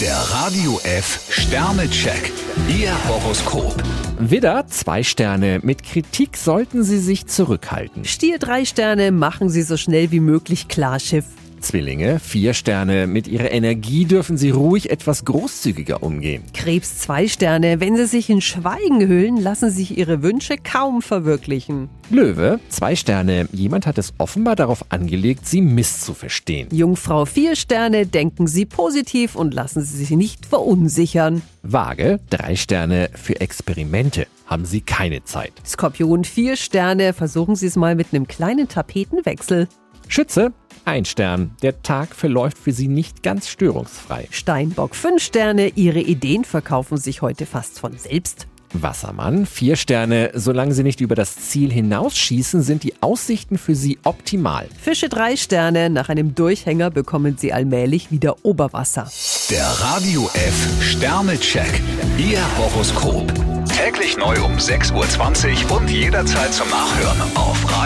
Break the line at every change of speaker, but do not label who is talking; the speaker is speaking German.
Der Radio F Sternecheck. Ihr Horoskop.
Widder, zwei Sterne. Mit Kritik sollten Sie sich zurückhalten.
Stier drei Sterne, machen Sie so schnell wie möglich klar, Chef.
Zwillinge, vier Sterne. Mit Ihrer Energie dürfen Sie ruhig etwas großzügiger umgehen.
Krebs zwei Sterne, wenn Sie sich in Schweigen hüllen, lassen sich Ihre Wünsche kaum verwirklichen.
Löwe, zwei Sterne. Jemand hat es offenbar darauf angelegt, Sie misszuverstehen.
Jungfrau vier Sterne, denken Sie positiv und lassen Sie sich nicht verunsichern.
Waage, drei Sterne. Für Experimente haben Sie keine Zeit.
Skorpion vier Sterne, versuchen Sie es mal mit einem kleinen Tapetenwechsel.
Schütze, ein Stern. Der Tag verläuft für Sie nicht ganz störungsfrei.
Steinbock fünf Sterne, Ihre Ideen verkaufen sich heute fast von selbst.
Wassermann, vier Sterne. Solange Sie nicht über das Ziel hinausschießen, sind die Aussichten für Sie optimal.
Fische drei Sterne, nach einem Durchhänger bekommen Sie allmählich wieder Oberwasser.
Der Radio F Sternecheck. Ihr Horoskop. Täglich neu um 6.20 Uhr und jederzeit zum Nachhören auf E.